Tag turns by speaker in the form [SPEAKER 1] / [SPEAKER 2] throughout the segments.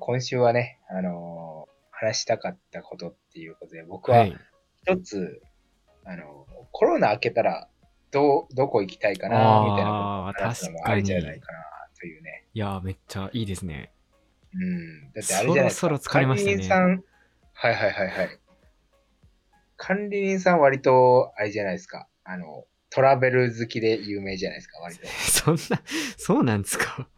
[SPEAKER 1] 今週はね、あのー話したかったことっていうことで、僕
[SPEAKER 2] は。
[SPEAKER 1] はい一つ、あのーコロナ明けたら、どう、どこ行きたいかな、みたいな
[SPEAKER 2] ああ
[SPEAKER 1] ことを話
[SPEAKER 2] ー、
[SPEAKER 1] すの
[SPEAKER 2] 確
[SPEAKER 1] もあ
[SPEAKER 2] か
[SPEAKER 1] り
[SPEAKER 2] に。
[SPEAKER 1] じゃ
[SPEAKER 2] い
[SPEAKER 1] ないかな、というね。
[SPEAKER 2] やー、めっちゃいいですね。
[SPEAKER 1] うん。だってあれじゃないですか。
[SPEAKER 2] そろそろ疲れましたね
[SPEAKER 1] 管理人さん、はいはいはいはい。管理人さん割と、あれじゃないですか。あの、トラベル好きで有名じゃないですか、割と。い
[SPEAKER 2] そんな、そうなんですか。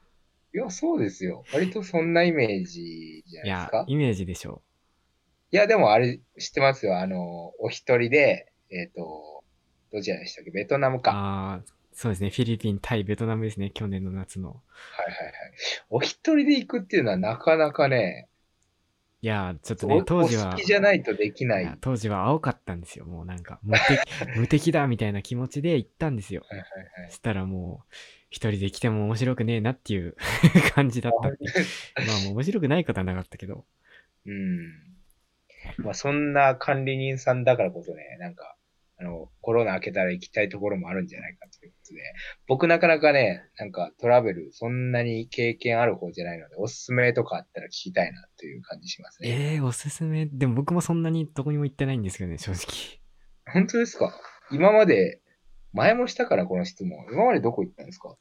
[SPEAKER 1] や、そうですよ。割とそんなイメージじゃない
[SPEAKER 2] い
[SPEAKER 1] で
[SPEAKER 2] や
[SPEAKER 1] すか、。い
[SPEAKER 2] イメージでしょ
[SPEAKER 1] や、でもあれ、知ってますよ。あの、お一人で、えっ、と、どちらでしたっけベトナム
[SPEAKER 2] う。
[SPEAKER 1] か。
[SPEAKER 2] ああ、そうですね。フィリピン、タイ、ベトナムですね。去年の夏の。
[SPEAKER 1] はいはいはい。お一人で行くっていうのはなかなかね、
[SPEAKER 2] いやー、ちょっと
[SPEAKER 1] お
[SPEAKER 2] ね
[SPEAKER 1] お、
[SPEAKER 2] 当時は
[SPEAKER 1] 好。きじゃないとできない
[SPEAKER 2] いや当時は青かったんですよ。もうなんか 無敵無敵だみたいな気持ちで行ったんですよ。
[SPEAKER 1] はいはいはい
[SPEAKER 2] そしたらもう一人で来ても面白くねえなっていう 感じだったんで。まあもう面白くないことはなかったけど。
[SPEAKER 1] うん。まあ、そんな管理人さんだからこそね、なんか、あの、コロナ明けたら行きたいところもあるんじゃないかということで、僕なかなかね、なんかトラベル、そんなに経験ある方じゃないので、おすすめとかあったら聞きたいなと いう感じしますね。
[SPEAKER 2] ええおすすめ。でも僕もそんなにどこにも行ってないんですけどね、正直。
[SPEAKER 1] 本当ですか今まで、前もしたからこの質問、今までどこ行ったんですか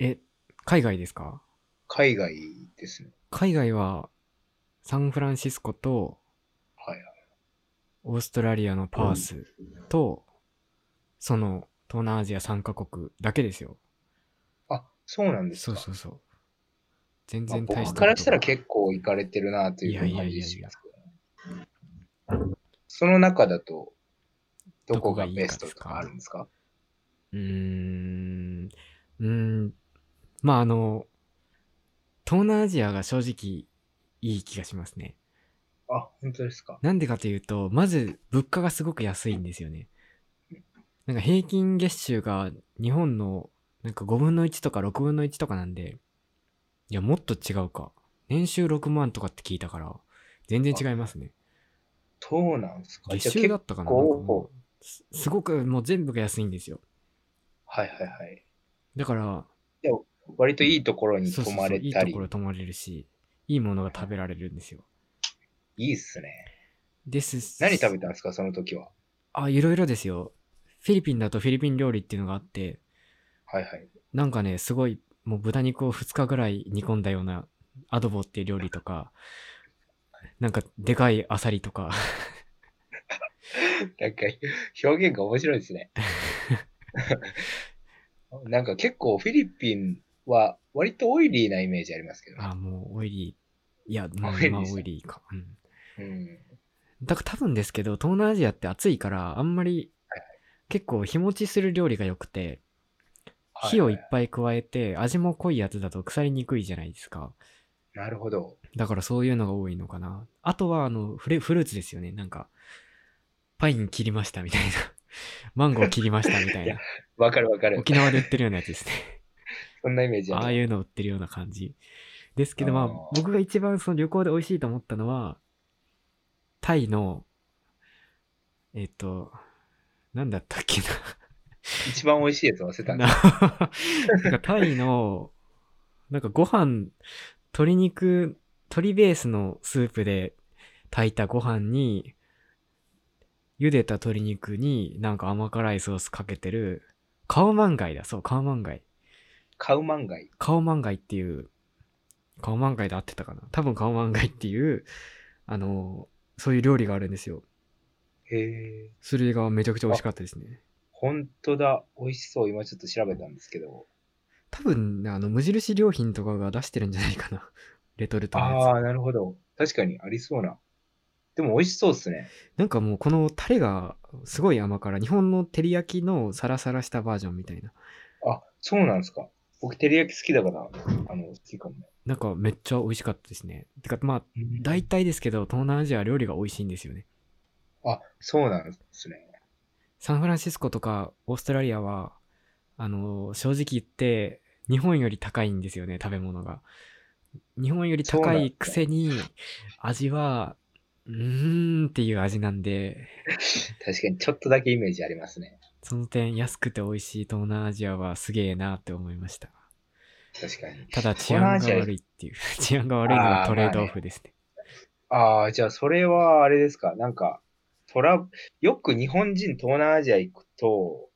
[SPEAKER 2] え、海外ですか
[SPEAKER 1] 海外ですね。
[SPEAKER 2] 海外はサンフランシスコと
[SPEAKER 1] はいはい。
[SPEAKER 2] オーストラリアのパースと、その東南アジア3カ国だけですよ。
[SPEAKER 1] あ、そうなんです
[SPEAKER 2] そ
[SPEAKER 1] か
[SPEAKER 2] うそうそう。全
[SPEAKER 1] まあ
[SPEAKER 2] 然大した
[SPEAKER 1] 僕からしたら
[SPEAKER 2] ことが
[SPEAKER 1] 結構行かれてるなという
[SPEAKER 2] いや
[SPEAKER 1] 感
[SPEAKER 2] いやいや
[SPEAKER 1] じ
[SPEAKER 2] い
[SPEAKER 1] が
[SPEAKER 2] や
[SPEAKER 1] しますけどね。その中だと、どこが
[SPEAKER 2] どこがい
[SPEAKER 1] ベ
[SPEAKER 2] いか
[SPEAKER 1] ストとかあるんですか
[SPEAKER 2] うーん。うーん。まあ、あの、東南アジアが正直いい気がしますね。
[SPEAKER 1] あ、本当ですか。
[SPEAKER 2] なんでかというと、まず物価がすごく安いんですよね。なんか平均月収が日本のなんか5分の1とか6分の1とかなんで、いや、もっと違うか。年収6万とかって聞いたから、全然違いますね。
[SPEAKER 1] そうなんですか。じ
[SPEAKER 2] 月収
[SPEAKER 1] ゃ
[SPEAKER 2] だ
[SPEAKER 1] あ結
[SPEAKER 2] ったかな
[SPEAKER 1] 構
[SPEAKER 2] なんかもうすすごくもう全部が安いんですよ。
[SPEAKER 1] はいはいはい。
[SPEAKER 2] だから、
[SPEAKER 1] 割といいところに
[SPEAKER 2] そうそ
[SPEAKER 1] 泊
[SPEAKER 2] うそ
[SPEAKER 1] ま
[SPEAKER 2] う
[SPEAKER 1] れ
[SPEAKER 2] いい
[SPEAKER 1] た
[SPEAKER 2] と
[SPEAKER 1] り、
[SPEAKER 2] ころ泊まれるしいいものが食べられるんですよ
[SPEAKER 1] いいっすね。
[SPEAKER 2] ですし
[SPEAKER 1] 何食べたんですか、その時は。
[SPEAKER 2] あいろいろですよフィリピンだとフィリピン料理っていうのがあって
[SPEAKER 1] はいはい。
[SPEAKER 2] なんかねすごいもう豚肉を2日ぐらい煮込んだようなアドボっていう料理とかなんかでかいアサリとか
[SPEAKER 1] なんか、表現が面白いです ね。なんか結構フィリピンは割とオイリーなイメージありますけどね。
[SPEAKER 2] あもうオイリーいやまあ
[SPEAKER 1] オイリー
[SPEAKER 2] まあ
[SPEAKER 1] です
[SPEAKER 2] オイリーかうん
[SPEAKER 1] うん。
[SPEAKER 2] だから多分ですけど東南アジアって暑いからあんまり
[SPEAKER 1] はい
[SPEAKER 2] 結構日持ちする料理が良くて
[SPEAKER 1] はい
[SPEAKER 2] 火をいっぱい加えて味も濃いやつだと腐りにくいじゃないですか
[SPEAKER 1] なるほど。
[SPEAKER 2] だからそういうのが多いのかなあとはあのフレフルーツですよねなんかパイン切りましたみたいな マンゴー切りましたみたい
[SPEAKER 1] い
[SPEAKER 2] な
[SPEAKER 1] やわかるわかる。
[SPEAKER 2] 沖縄で売ってるようなやつ ですね
[SPEAKER 1] そんなイメージ
[SPEAKER 2] あ
[SPEAKER 1] あ
[SPEAKER 2] あ
[SPEAKER 1] る。
[SPEAKER 2] いうの売ってるような感じですけどま
[SPEAKER 1] あ
[SPEAKER 2] あ
[SPEAKER 1] ー
[SPEAKER 2] 僕が一番その旅行で美味しいと思ったのはタイのえっ、となんだったっけな
[SPEAKER 1] 一番美味しいやつ忘れたん
[SPEAKER 2] な
[SPEAKER 1] だ。
[SPEAKER 2] なんかタイの、なんかご飯、鶏肉、鶏ベースのスープで炊いたご飯に、茹でた鶏肉になんか甘辛いソースかけてる、カオマンガイだ、そう、カオマンガイ。
[SPEAKER 1] カウマンガイ。
[SPEAKER 2] カオマンガイっていう、カオマンガイで合ってたかな多分カオマンガイっていう、あの、そういう料理があるんですよ。
[SPEAKER 1] へえ。
[SPEAKER 2] それがめちゃくちゃ美味しかったですね。
[SPEAKER 1] ほんとだ。美味しそう。今ちょっと調べたんですけど。
[SPEAKER 2] 多分ね、あの、無印良品とかが出してるんじゃないかな。 レトルトのやつ
[SPEAKER 1] あ。あ、なるほど。確かにありそうな。でも美味しそうですね。
[SPEAKER 2] なんかもうこのタレがすごい甘辛日本の照り焼きのサラサラしたバージョンみたいな
[SPEAKER 1] あ、そうなんですか。僕、照り焼き好きだから、あの、好きかもね。
[SPEAKER 2] なんかめっちゃ美味しかったですねてかまあ大体ですけど東南アジア料理が美味しいんですよね
[SPEAKER 1] あ、そうなんですね。
[SPEAKER 2] サンフランシスコとかオーストラリアはあの正直言って日本より高いんですよね食べ物が日本より高いくせに味はうーんっていう味なんで
[SPEAKER 1] 確かにちょっとだけイメージありますね。
[SPEAKER 2] その点安くて美味しい東南アジアはすげえなって思いました
[SPEAKER 1] 確かに。
[SPEAKER 2] ただ治安が悪いっていう。治安が悪いのがトレードオフですね。
[SPEAKER 1] ああ、じゃあそれはあれですか。なんか、トラ、よく日本人東南アジア行くと、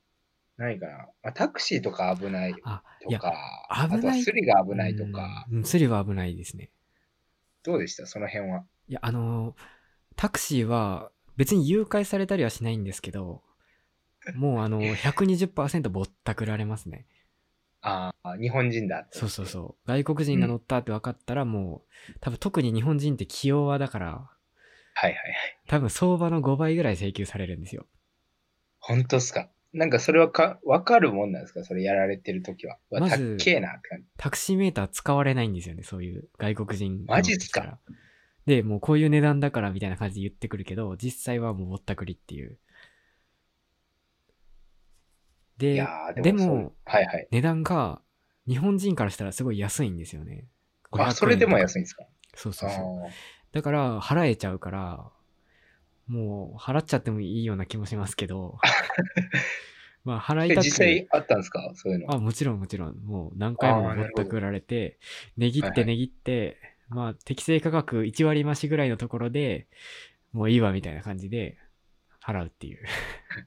[SPEAKER 1] 何かな、まあ、タクシーとか危ない
[SPEAKER 2] あ、い
[SPEAKER 1] と
[SPEAKER 2] や、
[SPEAKER 1] か、あ
[SPEAKER 2] 危ない
[SPEAKER 1] とはスリが危ないとか、
[SPEAKER 2] うん。うんスリは危ないですね。
[SPEAKER 1] どうでしたその辺は。
[SPEAKER 2] いや、あのータクシーは別に誘拐されたりはしないんですけど、もうあの ー、120%ぼったくられますね。
[SPEAKER 1] ああ、日本人だって。
[SPEAKER 2] そうそうそう。外国人が乗ったって分かったらもう、多分特に日本人って器用はだから、
[SPEAKER 1] はいはいはい。
[SPEAKER 2] 多分相場の5倍ぐらい請求されるんですよ。
[SPEAKER 1] 本当っすか。なんかそれはか、わかるもんなんですかそれやられてるときは。うわ、
[SPEAKER 2] ま
[SPEAKER 1] たっ
[SPEAKER 2] ず
[SPEAKER 1] けえなって感じ。
[SPEAKER 2] タクシーメーター使われないんですよね、そういう外国人。
[SPEAKER 1] マジっすか。
[SPEAKER 2] で、もうこういう値段だからみたいな感じで言ってくるけど、実際はもうぼったくりっていう。
[SPEAKER 1] い
[SPEAKER 2] で
[SPEAKER 1] や、ー
[SPEAKER 2] で
[SPEAKER 1] でもそう
[SPEAKER 2] も、
[SPEAKER 1] はいはい。
[SPEAKER 2] 値段が日本人からしたらすごい安いんですよね。500
[SPEAKER 1] あ、それでも安
[SPEAKER 2] い。
[SPEAKER 1] いんですか
[SPEAKER 2] そうそ
[SPEAKER 1] あ
[SPEAKER 2] う
[SPEAKER 1] あ
[SPEAKER 2] そう。だから払えちゃうから、もう払っちゃってもいいような気もしますけ ど、まあ払い
[SPEAKER 1] え
[SPEAKER 2] た
[SPEAKER 1] 実
[SPEAKER 2] く
[SPEAKER 1] 際あったんですかそういうの。
[SPEAKER 2] あ、もちろんもちろん、もう何回もぼったくられて、値切っ
[SPEAKER 1] はいは
[SPEAKER 2] て
[SPEAKER 1] い
[SPEAKER 2] 値切って、まあ適正価格1割増しぐらいのところでもういいわみたいな感じで払うっていう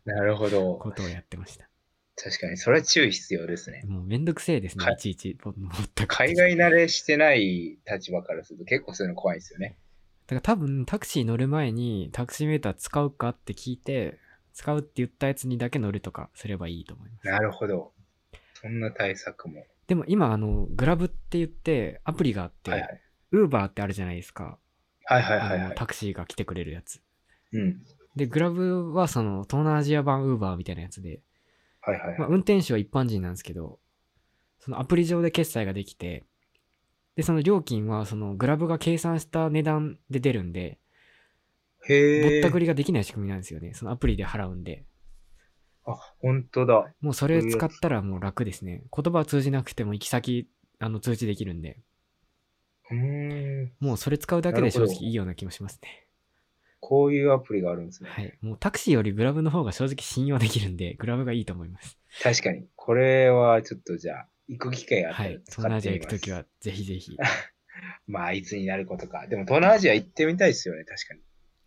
[SPEAKER 1] なるほど。
[SPEAKER 2] ことをやってました。
[SPEAKER 1] 確かに、それは注意必要ですね。
[SPEAKER 2] もうめんどくせえですね
[SPEAKER 1] か、
[SPEAKER 2] いちいちぼぼったくって
[SPEAKER 1] 海外慣れしてない立場からすると結構そういうの怖いですよね。
[SPEAKER 2] だから多分タクシー乗る前にタクシーメーター使うかって聞いて、使うって言ったやつにだけ乗るとかすればいいと思います。
[SPEAKER 1] なるほど。そんな対策も。
[SPEAKER 2] でも今あの、グラブって言ってアプリがあって、
[SPEAKER 1] はいはい。
[SPEAKER 2] ウーバーってあるじゃないですか。
[SPEAKER 1] はいはいはい
[SPEAKER 2] あ
[SPEAKER 1] は
[SPEAKER 2] の
[SPEAKER 1] い。
[SPEAKER 2] タクシーが来てくれるやつ。
[SPEAKER 1] うん。
[SPEAKER 2] で、グラブはその東南アジア版ウーバーみたいなやつで、
[SPEAKER 1] はいはい
[SPEAKER 2] ま
[SPEAKER 1] は
[SPEAKER 2] あ、
[SPEAKER 1] い。
[SPEAKER 2] 運転手は一般人なんですけど、そのアプリ上で決済ができて、で、その料金はそのグラブが計算した値段で出るんで、ぼ
[SPEAKER 1] へ
[SPEAKER 2] っ
[SPEAKER 1] え
[SPEAKER 2] た。くりができない仕組みなんですよね。そのアプリで払うんで。
[SPEAKER 1] あ、本当だ。
[SPEAKER 2] もうそれ使ったらもう楽ですね。言葉は通じなくても行き先、あの、通知できるんで、
[SPEAKER 1] うーん。
[SPEAKER 2] もうそれ使うだけで正
[SPEAKER 1] なる
[SPEAKER 2] 直
[SPEAKER 1] ほど
[SPEAKER 2] いいような気もしますね。
[SPEAKER 1] こういうアプリがあるんですね。
[SPEAKER 2] はい。もうタクシーよりグラブの方が正直信用できるんで、グラブがいいと思います。
[SPEAKER 1] 確かに。これはちょっとじゃあ、行く機会があったら
[SPEAKER 2] はい。東
[SPEAKER 1] 使
[SPEAKER 2] 南ア
[SPEAKER 1] っ
[SPEAKER 2] ジ
[SPEAKER 1] て
[SPEAKER 2] ア
[SPEAKER 1] み
[SPEAKER 2] 行
[SPEAKER 1] ま
[SPEAKER 2] く
[SPEAKER 1] す。
[SPEAKER 2] ときはぜひぜ ひ。
[SPEAKER 1] まあ、いつになることか。でも、東南アジア行ってみたいですよね、確かに。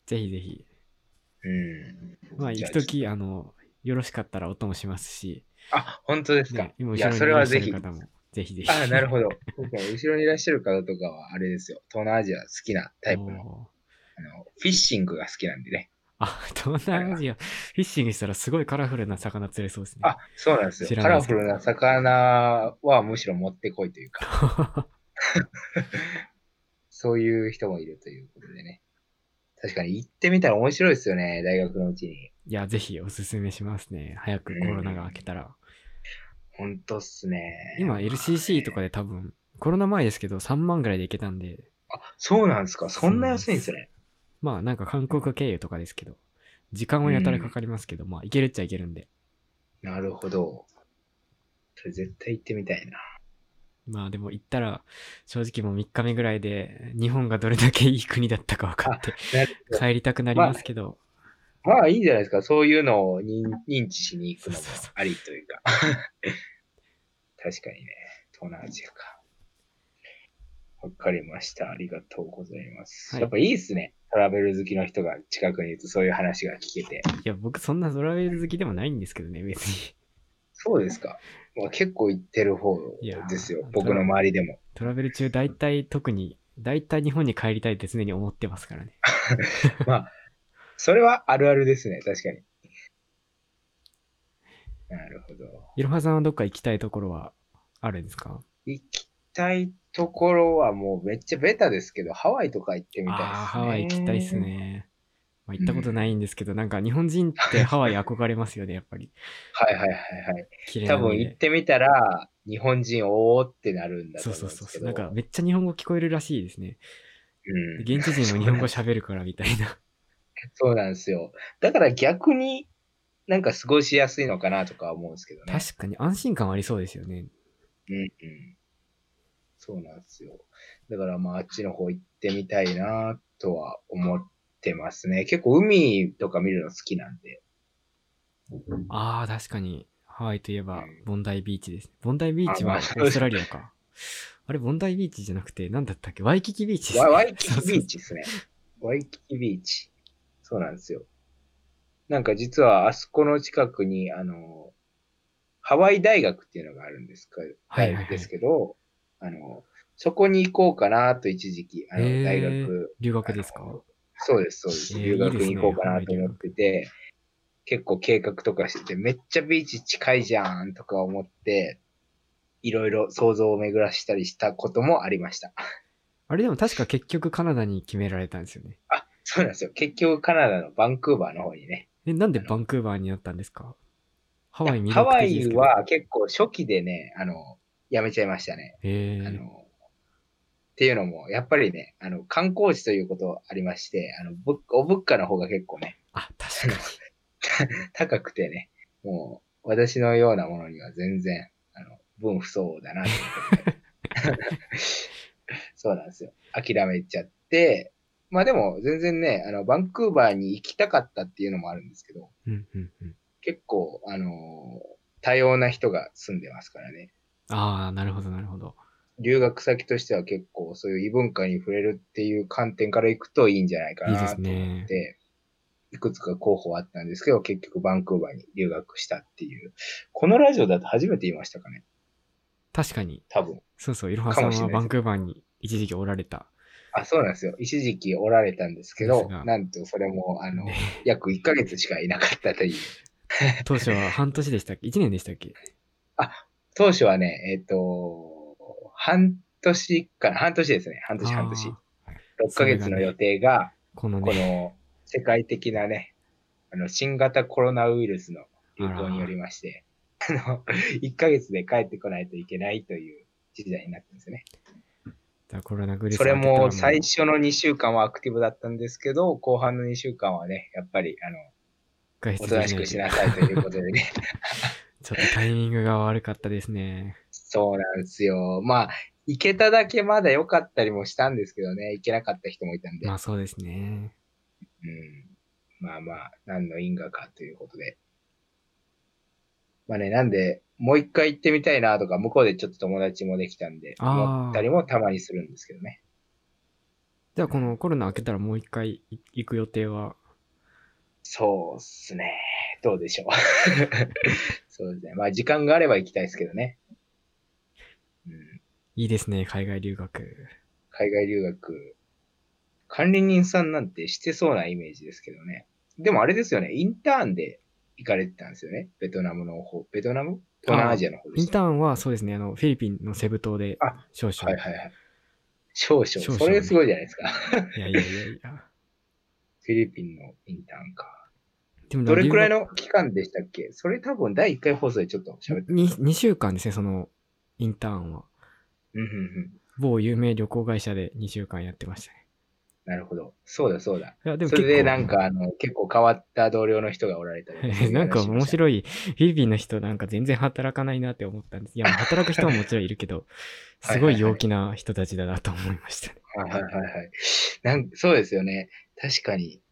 [SPEAKER 1] ぜ
[SPEAKER 2] ぜひぜひ。
[SPEAKER 1] うん。
[SPEAKER 2] まあ、
[SPEAKER 1] じ
[SPEAKER 2] 行
[SPEAKER 1] ゃ
[SPEAKER 2] くとき、あの、よろしかったら音もしますし、
[SPEAKER 1] あ、本当ですか。
[SPEAKER 2] ね、今
[SPEAKER 1] い
[SPEAKER 2] 後
[SPEAKER 1] や、
[SPEAKER 2] ろにい
[SPEAKER 1] それ
[SPEAKER 2] ら
[SPEAKER 1] は
[SPEAKER 2] っしゃ
[SPEAKER 1] ぜひ
[SPEAKER 2] る。方も、ぜひぜ ひ。
[SPEAKER 1] あ、なる
[SPEAKER 2] ど。
[SPEAKER 1] ほど。僕は後ろにいらっしゃる方とかは、あれですよ。東南アジア好きなタイプの、あのフィッシングが好きなんでね。
[SPEAKER 2] あ、東南アジア、フィッシングしたらすごいカラフルな魚釣れそうですね。
[SPEAKER 1] あ、そうなんです
[SPEAKER 2] 知
[SPEAKER 1] よ。
[SPEAKER 2] ら
[SPEAKER 1] カ
[SPEAKER 2] ないで
[SPEAKER 1] ラ
[SPEAKER 2] す
[SPEAKER 1] フルな魚はむしろ持ってこいというか、 そういう人もいるということでね。確かに行ってみたら面白いですよね、大学のうちに。
[SPEAKER 2] いや、ぜひおすすめしますね。早くコロナが明けたら。
[SPEAKER 1] ほんとっすね。
[SPEAKER 2] 今、LCC とかで多分、コロナ前ですけど、3万ぐらいで行けたんで、
[SPEAKER 1] そうなんですか。そんな安いんですね。
[SPEAKER 2] まあ、なんか韓国経由とかですけど、時間はやたらかかりますけど、まあ、行けるっちゃ行けるんで、
[SPEAKER 1] なるほど。それ絶対行ってみたいな。
[SPEAKER 2] まあでも行ったら、正直もう3日目ぐらいで、日本がどれだけいい国だったか分かって、
[SPEAKER 1] なるほど
[SPEAKER 2] 帰りたくなりますけど、
[SPEAKER 1] まあいいんじゃないですか。そういうのを認認知しに行くのも
[SPEAKER 2] そうそうそう
[SPEAKER 1] ありというか。 確かにね。東南アジアか。わかりました。ありがとうございます。
[SPEAKER 2] はい
[SPEAKER 1] やっぱいいですね。トラベル好きの人が近くにいるとそういう話が聞けて。
[SPEAKER 2] いや、僕そんなトラベル好きでもないんですけどね、別に。
[SPEAKER 1] そうですか。まあ、結構行ってる方です
[SPEAKER 2] いや
[SPEAKER 1] よ
[SPEAKER 2] ー。
[SPEAKER 1] 僕の周りでも。
[SPEAKER 2] トラベル中、大体特に、大体日本に帰りたいって常に思ってますからね。
[SPEAKER 1] それはあるあるですね。確かに。なるほど。
[SPEAKER 2] いろはさんはどっか行きたいところはあるんですか
[SPEAKER 1] 行きたいところはもうめっちゃベタですけど、ハワイとか行ってみたいです、ね。
[SPEAKER 2] ああ、ハワイ行きたいっす。ね。まあ、行ったことないんですけど、なんか日本人ってハワイ憧れますよね、やっぱり。
[SPEAKER 1] はいはいはいはい。
[SPEAKER 2] 綺麗な
[SPEAKER 1] 多
[SPEAKER 2] の
[SPEAKER 1] 分行っ
[SPEAKER 2] で。
[SPEAKER 1] てみたら、日本人おーってなるんだと
[SPEAKER 2] そ
[SPEAKER 1] 思
[SPEAKER 2] う
[SPEAKER 1] う
[SPEAKER 2] そ
[SPEAKER 1] ん
[SPEAKER 2] う
[SPEAKER 1] ですけ
[SPEAKER 2] そ
[SPEAKER 1] ど。
[SPEAKER 2] うそう。なんかめっちゃ日本語聞こえるらしいですね。
[SPEAKER 1] うん、
[SPEAKER 2] 現地人も日本語喋るからみた いな。
[SPEAKER 1] そうなんですよ。だから逆になんか過ごしやすいのかなとか思うんですけどね。
[SPEAKER 2] 確かに安心感ありそうですよね。
[SPEAKER 1] うんうん。そうなんですよ。だからまああっちの方行ってみたいなとは思ってますね。結構海とか見るの好きなんで。
[SPEAKER 2] ああ、確かに。ハワイといえば
[SPEAKER 1] うん、
[SPEAKER 2] ボンダイビーチです。ボンダイビーチ
[SPEAKER 1] あ
[SPEAKER 2] は
[SPEAKER 1] ま
[SPEAKER 2] オ
[SPEAKER 1] あ
[SPEAKER 2] ーストラリアか。あれ、ボンダイビーチじゃなくて、なんだったっけワイキキビーチです
[SPEAKER 1] ワ
[SPEAKER 2] ね
[SPEAKER 1] ワイキキビー
[SPEAKER 2] そうそう
[SPEAKER 1] チですね。ワイキキビーチ。そうなんですよ。なんか実はあそこの近くに、あの、ハワイ大学っていうのがあるんですか、
[SPEAKER 2] はいはいはい
[SPEAKER 1] ですけど、あの、そこに行こうかなと一時期、あ
[SPEAKER 2] へー
[SPEAKER 1] の、大学、
[SPEAKER 2] 留学ですか
[SPEAKER 1] あのそうです、そうです。
[SPEAKER 2] えー
[SPEAKER 1] 留学に行こうか
[SPEAKER 2] い
[SPEAKER 1] ないと
[SPEAKER 2] ですね
[SPEAKER 1] 思ってて、結構計画とかしてて、めっちゃビーチ近いじゃんとか思って、いろいろ想像を巡らしたりしたこともありました。
[SPEAKER 2] あれでも確か結局カナダに決められたんですよね。
[SPEAKER 1] あ、そうなんですよ。結局カナダのバンクーバーの方にね。
[SPEAKER 2] え、なんでバンクーバーになったんですかハワイ魅
[SPEAKER 1] ハ
[SPEAKER 2] 力
[SPEAKER 1] ワ
[SPEAKER 2] 的で
[SPEAKER 1] イ
[SPEAKER 2] すけど。
[SPEAKER 1] は結構初期でね、あの、やめちゃいましたね。
[SPEAKER 2] え
[SPEAKER 1] あの、
[SPEAKER 2] ー、
[SPEAKER 1] っていうのも、やっぱりね、あの、観光地ということありまして、あの、物お物価の方が結構ね、
[SPEAKER 2] あ、確かに。
[SPEAKER 1] 高くてね、もう、私のようなものには全然、あの、分不相応だなと思って。 そうなんですよ。諦めちゃって、まあでも全然ね、あの、バンクーバーに行きたかったっていうのもあるんですけど、
[SPEAKER 2] うんうんうん。
[SPEAKER 1] 結構、あのー多様な人が住んでますからね。
[SPEAKER 2] ああ、なるほど、なるほど。
[SPEAKER 1] 留学先としては結構そういう異文化に触れるっていう観点から行くといいんじゃないか
[SPEAKER 2] いいで
[SPEAKER 1] な
[SPEAKER 2] す
[SPEAKER 1] と思
[SPEAKER 2] ね
[SPEAKER 1] っ。て、いくつか候補はあったんですけど、結局バンクーバーに留学したっていう。このラジオだと初めて言いましたかね
[SPEAKER 2] 確かに。
[SPEAKER 1] 多分。
[SPEAKER 2] そうそう、いろはさん
[SPEAKER 1] かもしれ
[SPEAKER 2] は
[SPEAKER 1] ない
[SPEAKER 2] バンクーバーに一時期おられた。
[SPEAKER 1] あ、そうなんですよ。一時期おられたんですけ
[SPEAKER 2] で
[SPEAKER 1] ど、
[SPEAKER 2] すが
[SPEAKER 1] なんとそれも、あの
[SPEAKER 2] ね、
[SPEAKER 1] 約1ヶ月しかいなかったという。
[SPEAKER 2] 当初は半年でしたっけ ?1 年でしたっけ
[SPEAKER 1] 当初はね、えっ、と、半年かな半年ですね。半年半年
[SPEAKER 2] あー。
[SPEAKER 1] 6ヶ月の予定が、
[SPEAKER 2] この
[SPEAKER 1] こ
[SPEAKER 2] ね、
[SPEAKER 1] の世界的なね、あの新型コロナウイルスの流行によりまして、あの、1ヶ 月で帰ってこないといけないという時代になったんですね。
[SPEAKER 2] コロナウイルス
[SPEAKER 1] それ
[SPEAKER 2] が明けたら
[SPEAKER 1] も最初の2週間はアクティブだったんですけど、後半の2週間はね、やっぱり、あの、
[SPEAKER 2] 外出
[SPEAKER 1] お
[SPEAKER 2] でき
[SPEAKER 1] と
[SPEAKER 2] な
[SPEAKER 1] ないし
[SPEAKER 2] とい
[SPEAKER 1] く
[SPEAKER 2] う
[SPEAKER 1] しなさいということでね。
[SPEAKER 2] ちょっとタイミングが悪かったですね。
[SPEAKER 1] そうなんですよ。まあ、行けただけまだ良かったりもしたんですけどね、行けなかった人もいたんで。
[SPEAKER 2] まあそうですね。
[SPEAKER 1] うんまあまあ、何の因果かということで。まあね、なんで、もう一回行ってみたいなとか、向こうでちょっと友達もできたんで、
[SPEAKER 2] あー
[SPEAKER 1] 思ったりもたまにするんですけどね。
[SPEAKER 2] じゃあこのコロナ明けたらもう一回い行く予定は、
[SPEAKER 1] そうっすね。どうでしょう。 そうですね。まあ、時間があれば行きたいですけどね。うん、
[SPEAKER 2] いいですね、海外留学。
[SPEAKER 1] 海外留学、管理人さんなんてしてそうなイメージですけどね。でもあれですよね、インターンで行かれてたんですよね。ベトナムの方、ベトナム東南アジアの方で
[SPEAKER 2] イ
[SPEAKER 1] し
[SPEAKER 2] ン
[SPEAKER 1] た
[SPEAKER 2] ターンはそうですね、あの、フィリピンのセブ島で
[SPEAKER 1] あ
[SPEAKER 2] 少々。
[SPEAKER 1] はいはいはい。少々。
[SPEAKER 2] 少々ね
[SPEAKER 1] それすごいじゃないですか。
[SPEAKER 2] いやいやいやいや。
[SPEAKER 1] フィリピンのインターンか。
[SPEAKER 2] でも
[SPEAKER 1] どれくらい
[SPEAKER 2] の
[SPEAKER 1] の期間でしたっけそれ多分第1回放送でちょっと喋った。
[SPEAKER 2] 2, ?2 週間ですね、そのインターンは。
[SPEAKER 1] うんうんうん。
[SPEAKER 2] 某有名旅行会社で2週間やってましたね。
[SPEAKER 1] なるほど。そうだそうだ。
[SPEAKER 2] いやで
[SPEAKER 1] それでなんかあの結構変わった同僚の人がおられたりと
[SPEAKER 2] え なんか面
[SPEAKER 1] い。
[SPEAKER 2] 白い、フィリピンの人なんか全然働かないなって思ったんです。いや、まあ働く人ももちろんいるけど、
[SPEAKER 1] はいはいはい
[SPEAKER 2] すごい陽気な人たちだなと思いましたね。
[SPEAKER 1] はいはいはいはい。なんそうですよね。確かに。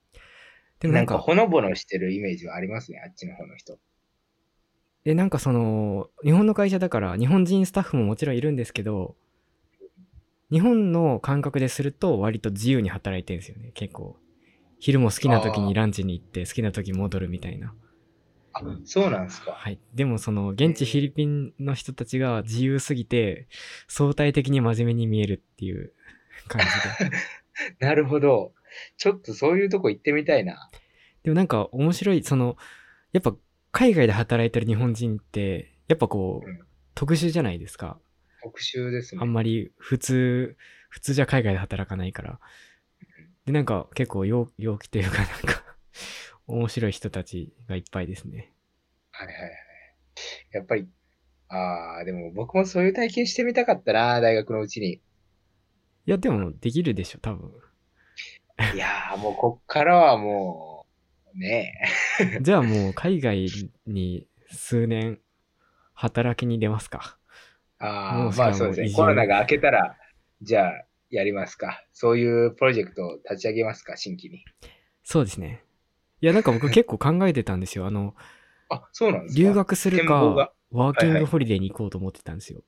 [SPEAKER 2] でも
[SPEAKER 1] な
[SPEAKER 2] なんん
[SPEAKER 1] か
[SPEAKER 2] か、
[SPEAKER 1] ほのぼのしてるイメージはありますね。あっちの方の人。
[SPEAKER 2] え、なんかその、日本の会社だから、日本人スタッフももちろんいるんですけど、日本の感覚ですると割と自由に働いてるんですよね、結構。昼も好きな時にランチに行って、好きな時に戻るみたいな。
[SPEAKER 1] あ、そうなんですか。
[SPEAKER 2] はい。でもその、現地フィリピンの人たちが自由すぎて、相対的に真面目に見えるっていう 感じで。
[SPEAKER 1] なるほど。ちょっとそういうとこ行ってみたいな。
[SPEAKER 2] でもなんか面白い、その、やっぱ海外で働いてる日本人って、やっぱこう、
[SPEAKER 1] うん
[SPEAKER 2] 特殊じゃないですか。
[SPEAKER 1] 特集ですね。
[SPEAKER 2] あんまり普通、普通じゃ海外で働かないから。で、なんか結構陽陽気というかなんか、 面白い人たちがいっぱいですね。
[SPEAKER 1] はいはいはい。やっぱり、ああ、でも僕もそういう体験してみたかったな、大学のうちに。
[SPEAKER 2] いや、でもできるでしょ、多分。
[SPEAKER 1] いやー、もうこっからはもう、ね
[SPEAKER 2] じゃあもう海外に数年働きに出ますか。
[SPEAKER 1] え。あ
[SPEAKER 2] もう
[SPEAKER 1] あ、
[SPEAKER 2] しか
[SPEAKER 1] ま
[SPEAKER 2] も
[SPEAKER 1] あそうです
[SPEAKER 2] 移
[SPEAKER 1] ね。
[SPEAKER 2] 住
[SPEAKER 1] コロナが明けたら、じゃあやりますか。そういうプロジェクトを立ち上げますか、新規に。
[SPEAKER 2] そうですね。いや、なんか僕結構考えてたんですよ。あの、
[SPEAKER 1] あ、そうなんですか。
[SPEAKER 2] 留学する
[SPEAKER 1] 展望が
[SPEAKER 2] か、ワーキン
[SPEAKER 1] はいは
[SPEAKER 2] グ
[SPEAKER 1] い
[SPEAKER 2] ホリデーに行こうと思ってたんですよ。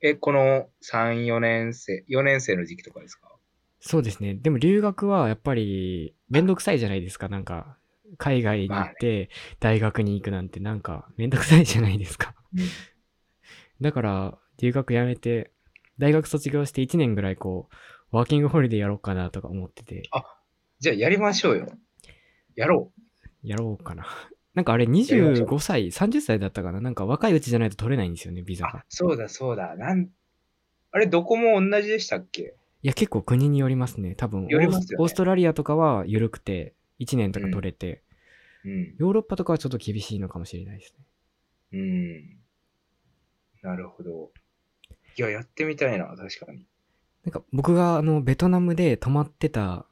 [SPEAKER 1] え、この3、4年生、4年生の時期とかですか
[SPEAKER 2] そうですね。でも留学はやっぱりめんどくさいじゃないですか。なんか、海外に行って大学に行くなんてなんかめんどくさいじゃないですか。だから、留学やめて、大学卒業して1年ぐらいこう、ワーキングホリデーやろうかなとか思ってて、
[SPEAKER 1] じゃあやりましょうよ。やろ
[SPEAKER 2] やろうかな。 なんかあれ
[SPEAKER 1] やりましょ
[SPEAKER 2] 25歳、30歳だったかななんか若いうちじゃないと取れないんですよね、ビ
[SPEAKER 1] う。
[SPEAKER 2] ザ
[SPEAKER 1] あ
[SPEAKER 2] が。、
[SPEAKER 1] そうだそうだ。なん、あれ、どこも同じでしたっけ
[SPEAKER 2] いや、結構国によりますね。多分、
[SPEAKER 1] よりますよね
[SPEAKER 2] オーストラリアとかは緩くて、1年とか取れて、
[SPEAKER 1] うん。
[SPEAKER 2] ヨーロッパとかはちょっと厳しいのかもしれないですね。
[SPEAKER 1] うん。なるほど。いや、やってみたいな、確かに。
[SPEAKER 2] なんか僕があのベトナムで泊まってた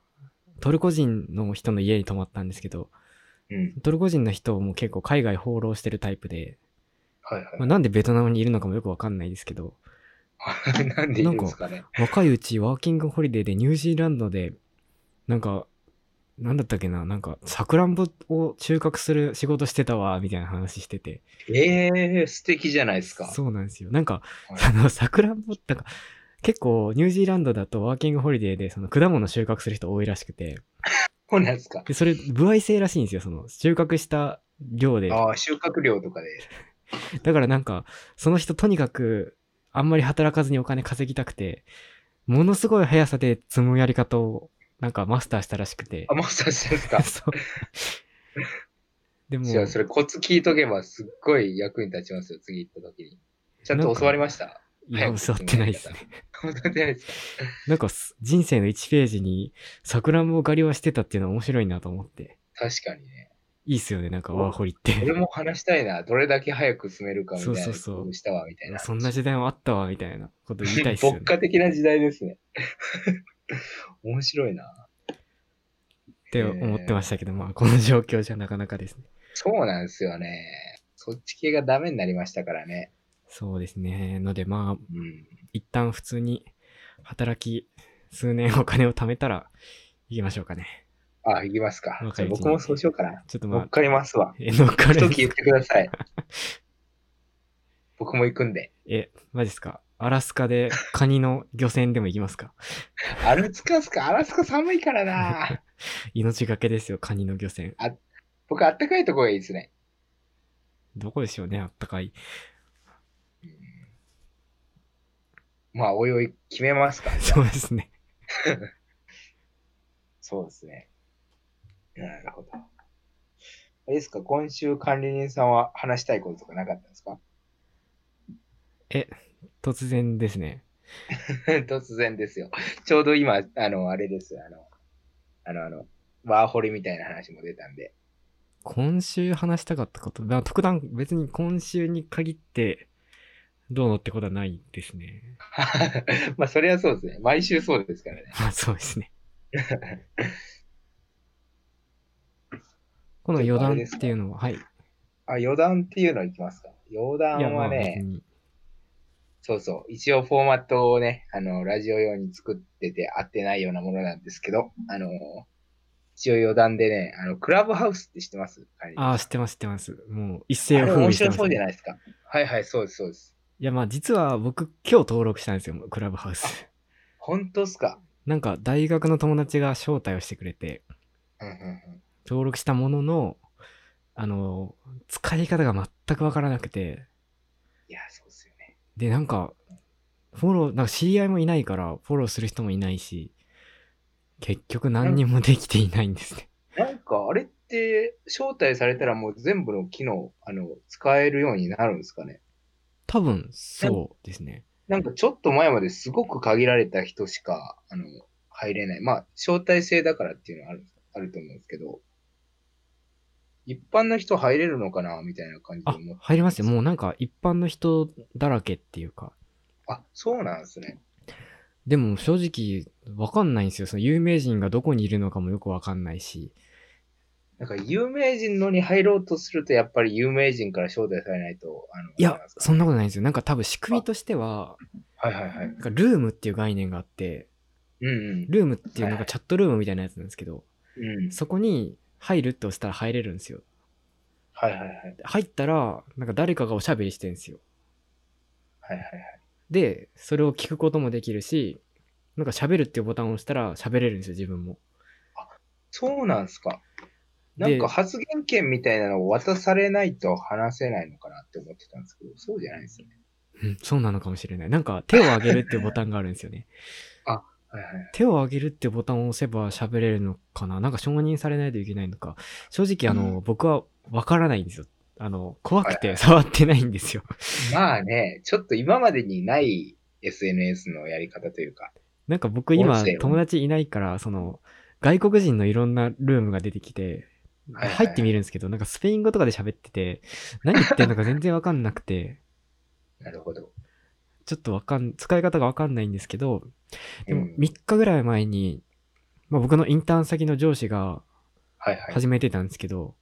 [SPEAKER 2] トルコ人の人の家に泊まったんですけど、
[SPEAKER 1] うん。
[SPEAKER 2] トルコ人の人も結構海外放浪してるタイプで、
[SPEAKER 1] はいはい
[SPEAKER 2] まあ、なんでベトナムにいるのかもよくわかんないですけど、。
[SPEAKER 1] なんでいるんですかね。
[SPEAKER 2] 若いうちワーキングホリデーでニュージーランドで、なんか、なんだったっけな、なんか、サクランボを収穫する仕事してたわ、みたいな話してて。
[SPEAKER 1] ええー、素敵じゃないですか。
[SPEAKER 2] そうなんですよ。なんか、
[SPEAKER 1] はい
[SPEAKER 2] その、サクランボなんか、結構、ニュージーランドだとワーキングホリデーで、その、果物収穫する人多いらしくて、
[SPEAKER 1] そうなんですか。
[SPEAKER 2] で、それ、歩合制らしいんですよ、その、収穫した量で。
[SPEAKER 1] ああ、収穫量とかで。
[SPEAKER 2] だからなんか、その人とにかく、あんまり働かずにお金稼ぎたくて、ものすごい速さで積むやり方を、なんかマスターしたらしくて。
[SPEAKER 1] あ、。マスターしたんですか
[SPEAKER 2] そう。でも、
[SPEAKER 1] じゃあ、それコツ聞いとけばすっごい役に立ちますよ、次行った時に。ちゃんと教わりました。
[SPEAKER 2] いや、
[SPEAKER 1] 早く
[SPEAKER 2] 教わってないですね。
[SPEAKER 1] 本当にないですか。
[SPEAKER 2] なんかす、人生の1ページに、桜も狩りはしてたっていうのは面白いなと思って。
[SPEAKER 1] 確かにね。
[SPEAKER 2] いいっすよね、なんかワーホリって。
[SPEAKER 1] 俺も話したいな。どれだけ早く進めるかみたいな。
[SPEAKER 2] そうそうそう
[SPEAKER 1] 工夫したわ、みたいな。
[SPEAKER 2] そんな時代もあったわ、みたいなこと言いたいっすよ
[SPEAKER 1] 牧
[SPEAKER 2] ね。
[SPEAKER 1] 歌的な時代ですね。 面白いな。
[SPEAKER 2] って思ってましたけど、まあ、この状況じゃなかなかですね。
[SPEAKER 1] そうなんですよね。そっち系がダメになりましたからね。
[SPEAKER 2] そうですね。ので、まあ、
[SPEAKER 1] うん。
[SPEAKER 2] 一旦普通に働き、数年お金を貯めたら行きましょうかね。
[SPEAKER 1] あ、行きますか
[SPEAKER 2] 若い。うち
[SPEAKER 1] じゃあ
[SPEAKER 2] に
[SPEAKER 1] 僕もそうしようかな。
[SPEAKER 2] ちょっとま
[SPEAKER 1] 乗っ
[SPEAKER 2] あ、
[SPEAKER 1] かりますわ。
[SPEAKER 2] え、乗っか
[SPEAKER 1] 一
[SPEAKER 2] る
[SPEAKER 1] 時。言ってください。僕も行くんで。
[SPEAKER 2] え、マジっすか。アラスカでカニの漁船でも行きますか。
[SPEAKER 1] アラスカっすかアラスカ寒いから な。
[SPEAKER 2] 命がけですよ、カニの漁船。
[SPEAKER 1] 僕、あったかいとこがいいですね。
[SPEAKER 2] どこでしょうね、あったかい。
[SPEAKER 1] まあ、おいおい決めますか。
[SPEAKER 2] そうですね。
[SPEAKER 1] そうですね。なるほど。あれですか、今週管理人さんは話したいこととかなかったですか
[SPEAKER 2] 突然ですね。
[SPEAKER 1] 突然ですよ。ちょうど今、あの、あれです。あの、あの、あの、ワーホリみたいな話も出たんで。
[SPEAKER 2] 今週話したかったこと、まあ、特段別に今週に限ってどうのってことはないですね。
[SPEAKER 1] まあ、それはそうですね。毎週そうですからね。
[SPEAKER 2] まあそうです ね。この余談っていうのは、はい。い
[SPEAKER 1] あ、余談っていうのいきますか。余談は
[SPEAKER 2] 別
[SPEAKER 1] ね、
[SPEAKER 2] に
[SPEAKER 1] そうそう。一応フォーマットをね、あの、ラジオ用に作ってて合ってないようなものなんですけど、あの、一応余談でね、あの、クラブハウスって知ってます
[SPEAKER 2] ああ、知ってます、知ってます。もう一世
[SPEAKER 1] あ
[SPEAKER 2] を
[SPEAKER 1] れ
[SPEAKER 2] 風
[SPEAKER 1] 面
[SPEAKER 2] 靡して
[SPEAKER 1] 白
[SPEAKER 2] ます、
[SPEAKER 1] そうじゃ
[SPEAKER 2] ね。
[SPEAKER 1] ないですか。はいはい、そうです、そうです。
[SPEAKER 2] いや、まあ実は僕今日登録したんですよ、クラブハウス。
[SPEAKER 1] 本当っすか。
[SPEAKER 2] なんか大学の友達が招待をしてくれて、
[SPEAKER 1] うんうんうん
[SPEAKER 2] 登録したものの、あの、使い方が全くわからなくて、
[SPEAKER 1] いや、そうですよね。
[SPEAKER 2] で、なんか、フォロー、なんか知り合いもいないから、フォローする人もいないし、結局何にもできていないんですね。
[SPEAKER 1] なんか、あれって、招待されたらもう全部の機能、あの、使えるようになるんですかね。
[SPEAKER 2] 多分、そうですね。
[SPEAKER 1] なんかちょっと前まですごく限られた人しか、あの、入れない。まあ、招待制だからっていうのはある、あると思うんですけど、一般の人入れるのかなみたいな感じで
[SPEAKER 2] あ
[SPEAKER 1] 思っ、て。
[SPEAKER 2] 入りますよ。もうなんか一般の人だらけっていうか。
[SPEAKER 1] あ、そうなんですね。
[SPEAKER 2] でも正直、わかんないんですよ。その有名人がどこにいるのかもよくわかんないし。
[SPEAKER 1] なんか有名人のに入ろうとすると、やっぱり有名人から招待されないと、あの、
[SPEAKER 2] い
[SPEAKER 1] あれ
[SPEAKER 2] や
[SPEAKER 1] なんです、か
[SPEAKER 2] そんなことないんですよ。なんか多分仕組みとしては、
[SPEAKER 1] はいはいはい。
[SPEAKER 2] なんかルームっていう概念があって、
[SPEAKER 1] うん
[SPEAKER 2] ルームっていうのがチャットルームみたいなやつなんですけど、
[SPEAKER 1] うん。うん。
[SPEAKER 2] そこに入るって押したら入れるんですよ。
[SPEAKER 1] はいはいはい。
[SPEAKER 2] 入ったら、なんか誰かがおしゃべりしてんですよ。
[SPEAKER 1] はいはいはい。
[SPEAKER 2] で、それを聞くこともできるし、なんか喋るっていうボタンを押したら喋れるんですよ、自分も。
[SPEAKER 1] そうなんすか。な
[SPEAKER 2] で
[SPEAKER 1] んか発言権みたいなのを渡されないと話せないのかなって思ってたんですけど、そうじゃないんですね。
[SPEAKER 2] うん、そうなのかもしれない。なんか手を挙げるっていうボタンがあるんですよ ね。
[SPEAKER 1] はいはいはい。
[SPEAKER 2] 手を挙げるってボタンを押せば喋れるのかななんか承認されないといけないのか。正直あの、僕はわからないんですよ。あの、怖くて触ってないんですよ。
[SPEAKER 1] まあね、ちょっと今までにない SNS のやり方というか。
[SPEAKER 2] なんか僕今
[SPEAKER 1] 音声を
[SPEAKER 2] 友達いないから、その、外国人のいろんなルームが出てきて、
[SPEAKER 1] はいはい
[SPEAKER 2] 入ってみるんですけど、なんかスペイン語とかで喋ってて、何言ってんのか全然わかんなくて、
[SPEAKER 1] なるほど。
[SPEAKER 2] ちょっとわかん、使い方がわかんないんですけど、でも
[SPEAKER 1] うん
[SPEAKER 2] 3日ぐらい前に、まあ、僕のインターン先の上司が
[SPEAKER 1] はいはい。
[SPEAKER 2] 始めてたんですけど、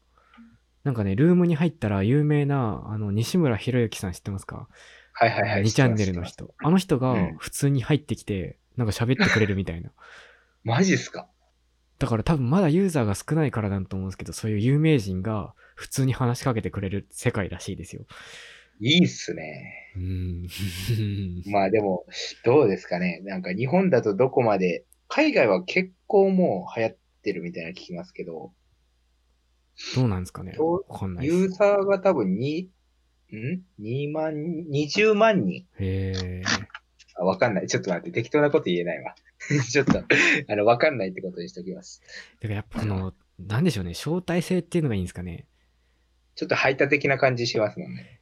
[SPEAKER 2] なんかね、ルームに入ったら有名な、あの、西村博之さん知ってますか
[SPEAKER 1] はいはいはい。
[SPEAKER 2] 2チャンネ
[SPEAKER 1] 知
[SPEAKER 2] ルの
[SPEAKER 1] ってます。知って
[SPEAKER 2] 人。あの人が
[SPEAKER 1] うん
[SPEAKER 2] 普通に入ってきて、なんか喋ってくれるみたいな。
[SPEAKER 1] ますマジっすか
[SPEAKER 2] だから多分まだユーザーが少ないからだと思うんですけど、そういう有名人が普通に話しかけてくれる世界らしいですよ。
[SPEAKER 1] いいっすね。
[SPEAKER 2] うーん。
[SPEAKER 1] まあでも、どうですかね。なんか日本だとどこまで、海外は結構もう流行ってるみたいなの聞きますけど、
[SPEAKER 2] どうなんですかね
[SPEAKER 1] そう
[SPEAKER 2] わかんないです。
[SPEAKER 1] ユーザーが多分2、ん ?2 万、20万人
[SPEAKER 2] へえ。
[SPEAKER 1] あわかんない。ちょっと待って、適当なこと言えないわ。 ちょっと、あの、わかんないってことにしときます。
[SPEAKER 2] だからやっぱこの、なんでしょうね、招待制っていうのがいいんですかね。
[SPEAKER 1] ちょっと排他的な感じしますもんね。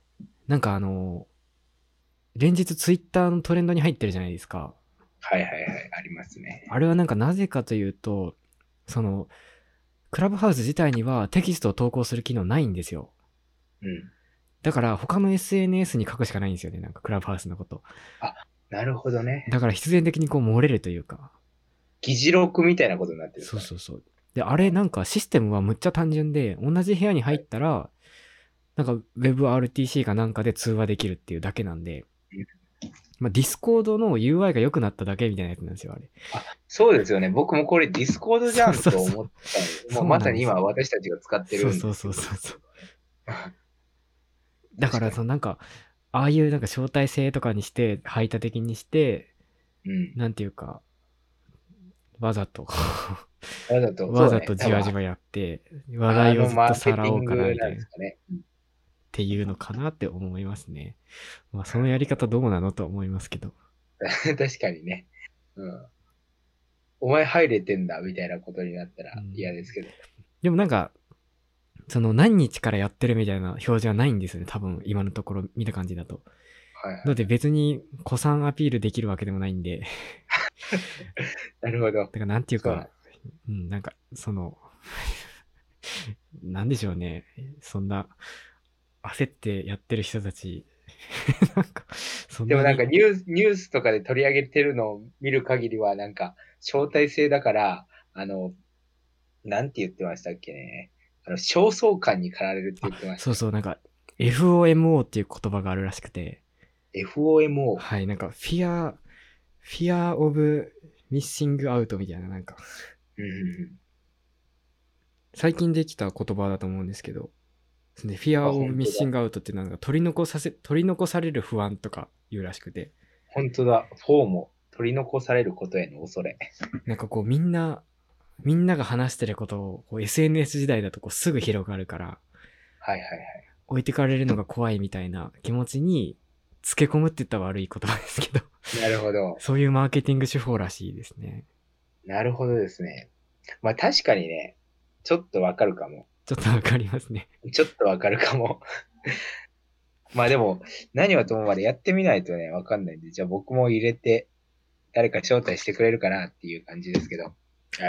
[SPEAKER 2] なんかあの、連日ツイッターのトレンドに入ってるじゃないですか。
[SPEAKER 1] はいはいはい、ありますね。
[SPEAKER 2] あれはなんかなぜかというと、その、クラブハウス自体にはテキストを投稿する機能ないんですよ。
[SPEAKER 1] うん。
[SPEAKER 2] だから他の SNS に書くしかないんですよね、なんかクラブハウスのこと。
[SPEAKER 1] なるほどね。
[SPEAKER 2] だから必然的にこう漏れるというか。
[SPEAKER 1] 議事録みたいなことになってる。
[SPEAKER 2] そうそうそう。で、あれなんかシステムはむっちゃ単純で、同じ部屋に入ったら、なんか WebRTC かなんかで通話できるっていうだけなんで
[SPEAKER 1] うん、
[SPEAKER 2] まあ、ディスコードの UI が良くなっただけみたいなやつなんですよ、あれ。
[SPEAKER 1] そうですよね。僕もこれディスコードじゃん
[SPEAKER 2] そう
[SPEAKER 1] と
[SPEAKER 2] そうそう
[SPEAKER 1] 思ってたんで
[SPEAKER 2] そうなんです
[SPEAKER 1] もうまさに今私たちが使ってる
[SPEAKER 2] そ
[SPEAKER 1] ん
[SPEAKER 2] う
[SPEAKER 1] で
[SPEAKER 2] そうそうそうそう。
[SPEAKER 1] だ
[SPEAKER 2] だから、そ
[SPEAKER 1] の、
[SPEAKER 2] のなんか、ああいうなんか招待制とかにして、排他的にして、
[SPEAKER 1] うん。
[SPEAKER 2] なんていうか、わざと、
[SPEAKER 1] わざと、
[SPEAKER 2] わざとじわじ
[SPEAKER 1] わ
[SPEAKER 2] わやって、話題をずっとさらおうかなみたいな
[SPEAKER 1] で。すかね。 うん
[SPEAKER 2] っていうのかなって思いますね。まあ、そのやり方どうなのとは思いますけど。
[SPEAKER 1] 確かにね。うん。お前入れてんだ、みたいなことになったら
[SPEAKER 2] うん
[SPEAKER 1] 嫌ですけど。
[SPEAKER 2] でもなんか、その何日からやってるみたいな表示はないんですよね。多分今のところ見た感じだと。
[SPEAKER 1] はいはい
[SPEAKER 2] なので別に子さんアピールできるわけでもないんで、だ
[SPEAKER 1] なるほど。
[SPEAKER 2] からなんていう
[SPEAKER 1] そうなん
[SPEAKER 2] か、うん、なんかその、 なんでしょうね。そんな、焦ってやってる人たち、 なんか、そん
[SPEAKER 1] で
[SPEAKER 2] な
[SPEAKER 1] も
[SPEAKER 2] に
[SPEAKER 1] なんかニュースニュースとかで取り上げてるのを見る限りは、なんか招待制だから、あの、なんて言ってましたっけね。あの、焦燥感に駆られるって言ってました。
[SPEAKER 2] そうそう、なんか、FOMO っていう言葉があるらしくて、
[SPEAKER 1] FOMO。
[SPEAKER 2] はい、なんか、フィア、フィアオブミッシングアウトみたいな、なんか、
[SPEAKER 1] うんうんうん
[SPEAKER 2] 最近できた言葉だと思うんですけど、フィア
[SPEAKER 1] あ
[SPEAKER 2] オ
[SPEAKER 1] 本
[SPEAKER 2] ブ
[SPEAKER 1] 当だ
[SPEAKER 2] ミッシングアウトってなんか取り残させ、取り残される不安とか言うらしくて、
[SPEAKER 1] 本当だ。フォーも取り残されることへの恐れ。
[SPEAKER 2] なんかこうみんな、みんなが話してることをこう SNS 時代だとこうすぐ広がるから、
[SPEAKER 1] はいはいはい。
[SPEAKER 2] 置いてかれるのが怖いみたいな気持ちに、つけ込むって言ったら悪い言葉ですけど、
[SPEAKER 1] なるほど。
[SPEAKER 2] そういうマーケティング手法らしいですね。
[SPEAKER 1] なるほどですね。まあ確かにね、ちょっとわかるかも。
[SPEAKER 2] ちょっとわかりますね。
[SPEAKER 1] ちょっとわかるかも。 まあでも、何はともまでやってみないとね、わかんないんで、じゃあ僕も入れて、誰か招待してくれるかなっていう感じですけど、あ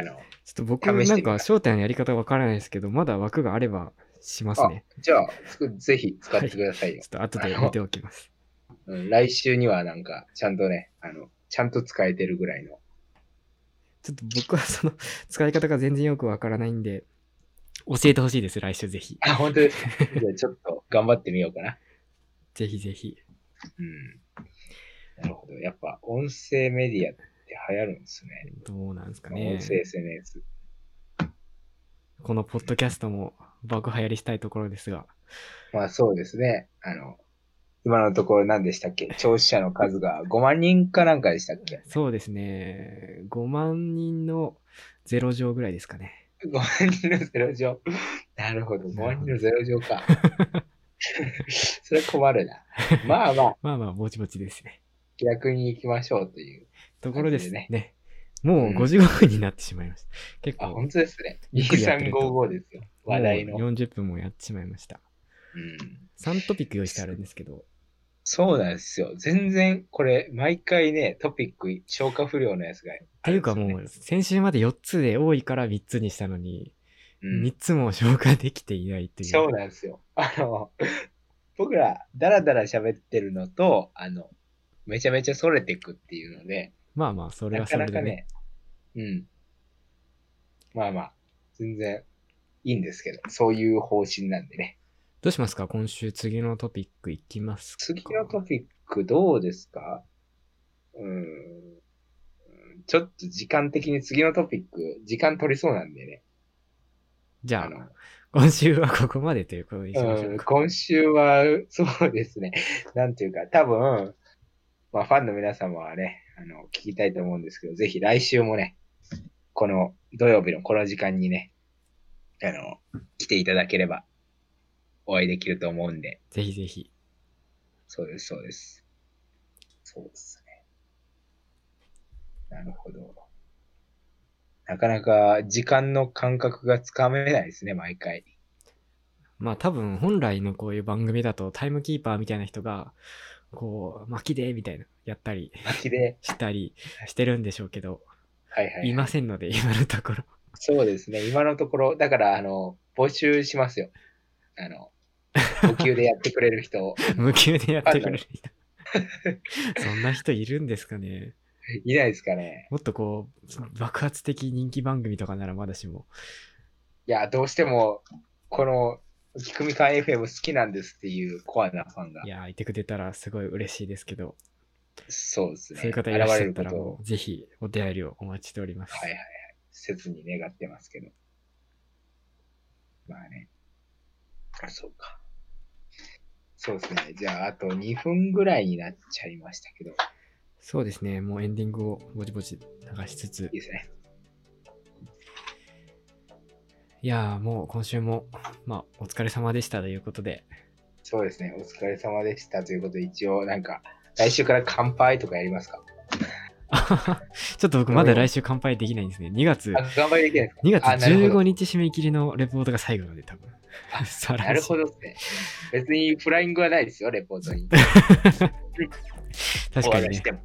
[SPEAKER 1] の、
[SPEAKER 2] ちょっと僕
[SPEAKER 1] 試してみ
[SPEAKER 2] なん
[SPEAKER 1] た
[SPEAKER 2] か招待のやり方わからないですけど、まだ枠があればしますね。
[SPEAKER 1] じゃあ、つくぜひ使ってください
[SPEAKER 2] ちょ
[SPEAKER 1] よ
[SPEAKER 2] っ、と後で見ておきます。
[SPEAKER 1] うん。来週にはなんか、ちゃんとね、あの、ちゃんと使えてるぐらいの。
[SPEAKER 2] ちょっと僕はその使い方が全然よくわからないんで、教えてほしいです、来週ぜひ。
[SPEAKER 1] あ、本当です か。じゃあちょっと頑張ってみようかな。
[SPEAKER 2] ぜひぜひ。
[SPEAKER 1] うん。なるほど。やっぱ、音声メディアって流行るんですね。
[SPEAKER 2] どうなんですか
[SPEAKER 1] 音
[SPEAKER 2] ね。
[SPEAKER 1] 声 SNS。
[SPEAKER 2] このポッドキャストも爆流行りしたいところですが、
[SPEAKER 1] まあそうですね。あの、今のところ何でしたっけ聴取者の数が5万人かなんかでしたっけ
[SPEAKER 2] そうですね。5万人の0乗ぐらいですかね。
[SPEAKER 1] 5万人のゼロ乗。なるほど、5万人のゼロ乗か。それ困るな。まあまあ、
[SPEAKER 2] まあまあ、ぼちぼちですね。
[SPEAKER 1] 気楽に行きましょうという。
[SPEAKER 2] ところです
[SPEAKER 1] 感
[SPEAKER 2] ね
[SPEAKER 1] じ。
[SPEAKER 2] もう
[SPEAKER 1] うん
[SPEAKER 2] 55分になってしまいました。結
[SPEAKER 1] あ、
[SPEAKER 2] 構
[SPEAKER 1] 本、当ですね。
[SPEAKER 2] ゆっくりやってると
[SPEAKER 1] 2355ですよ。話題の。
[SPEAKER 2] もう40分もやってしまいました。
[SPEAKER 1] うん
[SPEAKER 2] 3トピック用意してあるんですけど、
[SPEAKER 1] そうなんですよ。全然、これ、毎回ね、トピック、消化不良のやつが、
[SPEAKER 2] っていうかもう、先週まで4つで多いから3つにしたのに、
[SPEAKER 1] うん
[SPEAKER 2] 3つも消化できていないという。
[SPEAKER 1] そうなんですよ。あの、僕ら、だらだら喋ってるのと、あの、めちゃめちゃそれてくっていうので、
[SPEAKER 2] まあまあ、それ
[SPEAKER 1] な
[SPEAKER 2] はそ
[SPEAKER 1] か
[SPEAKER 2] れ
[SPEAKER 1] な
[SPEAKER 2] で
[SPEAKER 1] か
[SPEAKER 2] ね。
[SPEAKER 1] ね、うん。まあまあ、全然いいんですけど、そういう方針なんでね。
[SPEAKER 2] どうしますか今週次のトピックいきますか
[SPEAKER 1] 次のトピックどうですかうーん。うんちょっと時間的に次のトピック、時間取りそうなんでね。
[SPEAKER 2] じゃ
[SPEAKER 1] あ
[SPEAKER 2] あ、
[SPEAKER 1] の、
[SPEAKER 2] 今週はここまでということにしましょ
[SPEAKER 1] う、
[SPEAKER 2] うんか。
[SPEAKER 1] 今週は、そうですね。 なんていうか、多分、まあ、ファンの皆様はね、あの、聞きたいと思うんですけど、ぜひ来週もね、この土曜日のこの時間にね、あの、来ていただければ、お会いできると思うんで、
[SPEAKER 2] ぜひぜひ。
[SPEAKER 1] そうです、そうです。そうですね。なるほど。なかなか時間の感覚がつかめないですね、毎回。
[SPEAKER 2] まあ多分本来のこういう番組だとタイムキーパーみたいな人がこう巻きでみたいなやったり
[SPEAKER 1] 巻きで、
[SPEAKER 2] したりしてるんでしょうけど、
[SPEAKER 1] はいはい、はい。
[SPEAKER 2] いませんので今のところ。
[SPEAKER 1] そうですね、今のところ、だから、あの、募集しますよ。あの、補給でやってくれる人を
[SPEAKER 2] 無給でやってくれる人。そんな人いるんですかね。
[SPEAKER 1] いないですかね。
[SPEAKER 2] もっとこう爆発的人気番組とかならまだしも。
[SPEAKER 1] いや、どうしても、この、きくみかん FM 好きなんですっていうコアなファンが
[SPEAKER 2] い、やー、いてくれたらすごい嬉しいですけど、
[SPEAKER 1] そうですね。
[SPEAKER 2] そういう方いらっしゃっ
[SPEAKER 1] 現
[SPEAKER 2] た
[SPEAKER 1] れる
[SPEAKER 2] ら
[SPEAKER 1] ことを
[SPEAKER 2] もうぜひお手入りをお待ちしております。
[SPEAKER 1] はいはいはい。切に願ってますけど。まあね。そうか。そうですね。じゃあ、あと2分ぐらいになっちゃいましたけど、い
[SPEAKER 2] そうですね、もうエンディングをぼちぼち流しつつ
[SPEAKER 1] い、ですね。
[SPEAKER 2] いやーもう今週も、まあ、お疲れ様でしたということで、
[SPEAKER 1] そうですね、お疲れ様でしたということで、一応、なんか、来週から乾杯とかやりますか。
[SPEAKER 2] あははちょっと僕まだ来週乾杯できないんですね。2月
[SPEAKER 1] あ、、乾杯できないですか
[SPEAKER 2] 2月
[SPEAKER 1] あなるほ
[SPEAKER 2] 15
[SPEAKER 1] ど
[SPEAKER 2] 日締め切りのレポートが最後なので、多分。 さ
[SPEAKER 1] なるほどですね。別にフライングはないですよ、レポートに。
[SPEAKER 2] 確
[SPEAKER 1] お
[SPEAKER 2] か
[SPEAKER 1] 笑
[SPEAKER 2] に
[SPEAKER 1] いし
[SPEAKER 2] ね、
[SPEAKER 1] ても。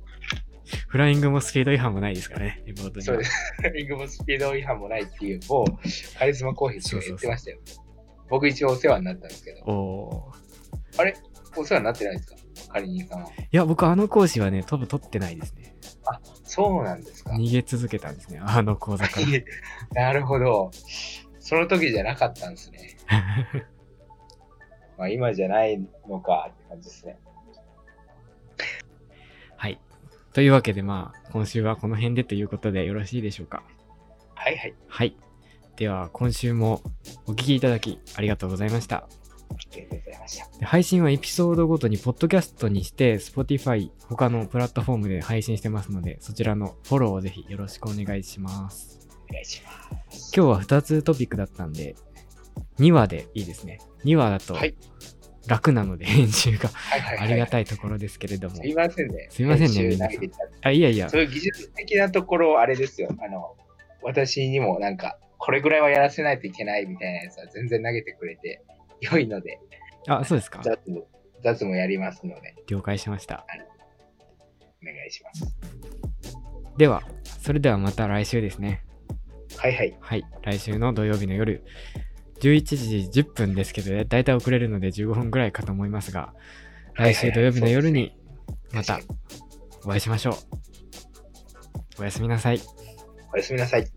[SPEAKER 2] フライングもスピード違反もないですからね、レポートに
[SPEAKER 1] そう
[SPEAKER 2] は
[SPEAKER 1] で。す。フライングもスピード違反もないっていう、もう、カリスマコーヒー氏が言ってましたよ。僕一応お世話になったんですけど、
[SPEAKER 2] おー
[SPEAKER 1] お世話になってないですかカリニーさんは。
[SPEAKER 2] いや、僕、あの講師はね、多分取ってないですね。
[SPEAKER 1] そうなんですか。
[SPEAKER 2] 逃げ続けたんですね、あの講座から。
[SPEAKER 1] なるほど。その時じゃなかったんですね。まあ今じゃないのかって感じですね。
[SPEAKER 2] はい。というわけで、まあ、今週はこの辺でということでよろしいでしょうか。
[SPEAKER 1] はいはい。
[SPEAKER 2] はい。では、今週もお聞きいただきありがとうございました。
[SPEAKER 1] ありがとうございました。
[SPEAKER 2] で配信はエピソードごとにポッドキャストにして、Spotify、他のプラットフォームで配信してますので、そちらのフォローをぜひよろしくお願いします。
[SPEAKER 1] お願いします。
[SPEAKER 2] 今日は2つトピックだったんで、2話でいいですね。2話だと
[SPEAKER 1] はい
[SPEAKER 2] 楽なので 編集が
[SPEAKER 1] はいはいは
[SPEAKER 2] あ
[SPEAKER 1] い
[SPEAKER 2] りがたいところですけれども
[SPEAKER 1] す。いませんね。
[SPEAKER 2] すいませんね
[SPEAKER 1] 編集投
[SPEAKER 2] 皆さん
[SPEAKER 1] げてきた
[SPEAKER 2] あ、いやいや
[SPEAKER 1] そう、いう技術的なところ、あれですよ。あの、私にもなんか、これぐらいはやらせないといけないみたいなやつは全然投げてくれて、良いので、
[SPEAKER 2] あ、そうですか。
[SPEAKER 1] 雑も、雑もやりますので、
[SPEAKER 2] 了解しました。
[SPEAKER 1] お願いします。
[SPEAKER 2] では、それではまた来週ですね。
[SPEAKER 1] はいはい。
[SPEAKER 2] はい、来週の土曜日の夜11時10分ですけど、ね、大体遅れるので15分ぐらいかと思いますが、
[SPEAKER 1] はいはい
[SPEAKER 2] 来週土曜日の夜にま
[SPEAKER 1] そう
[SPEAKER 2] た
[SPEAKER 1] です
[SPEAKER 2] お会いしましょう。おやすみなさい。
[SPEAKER 1] おやすみなさい。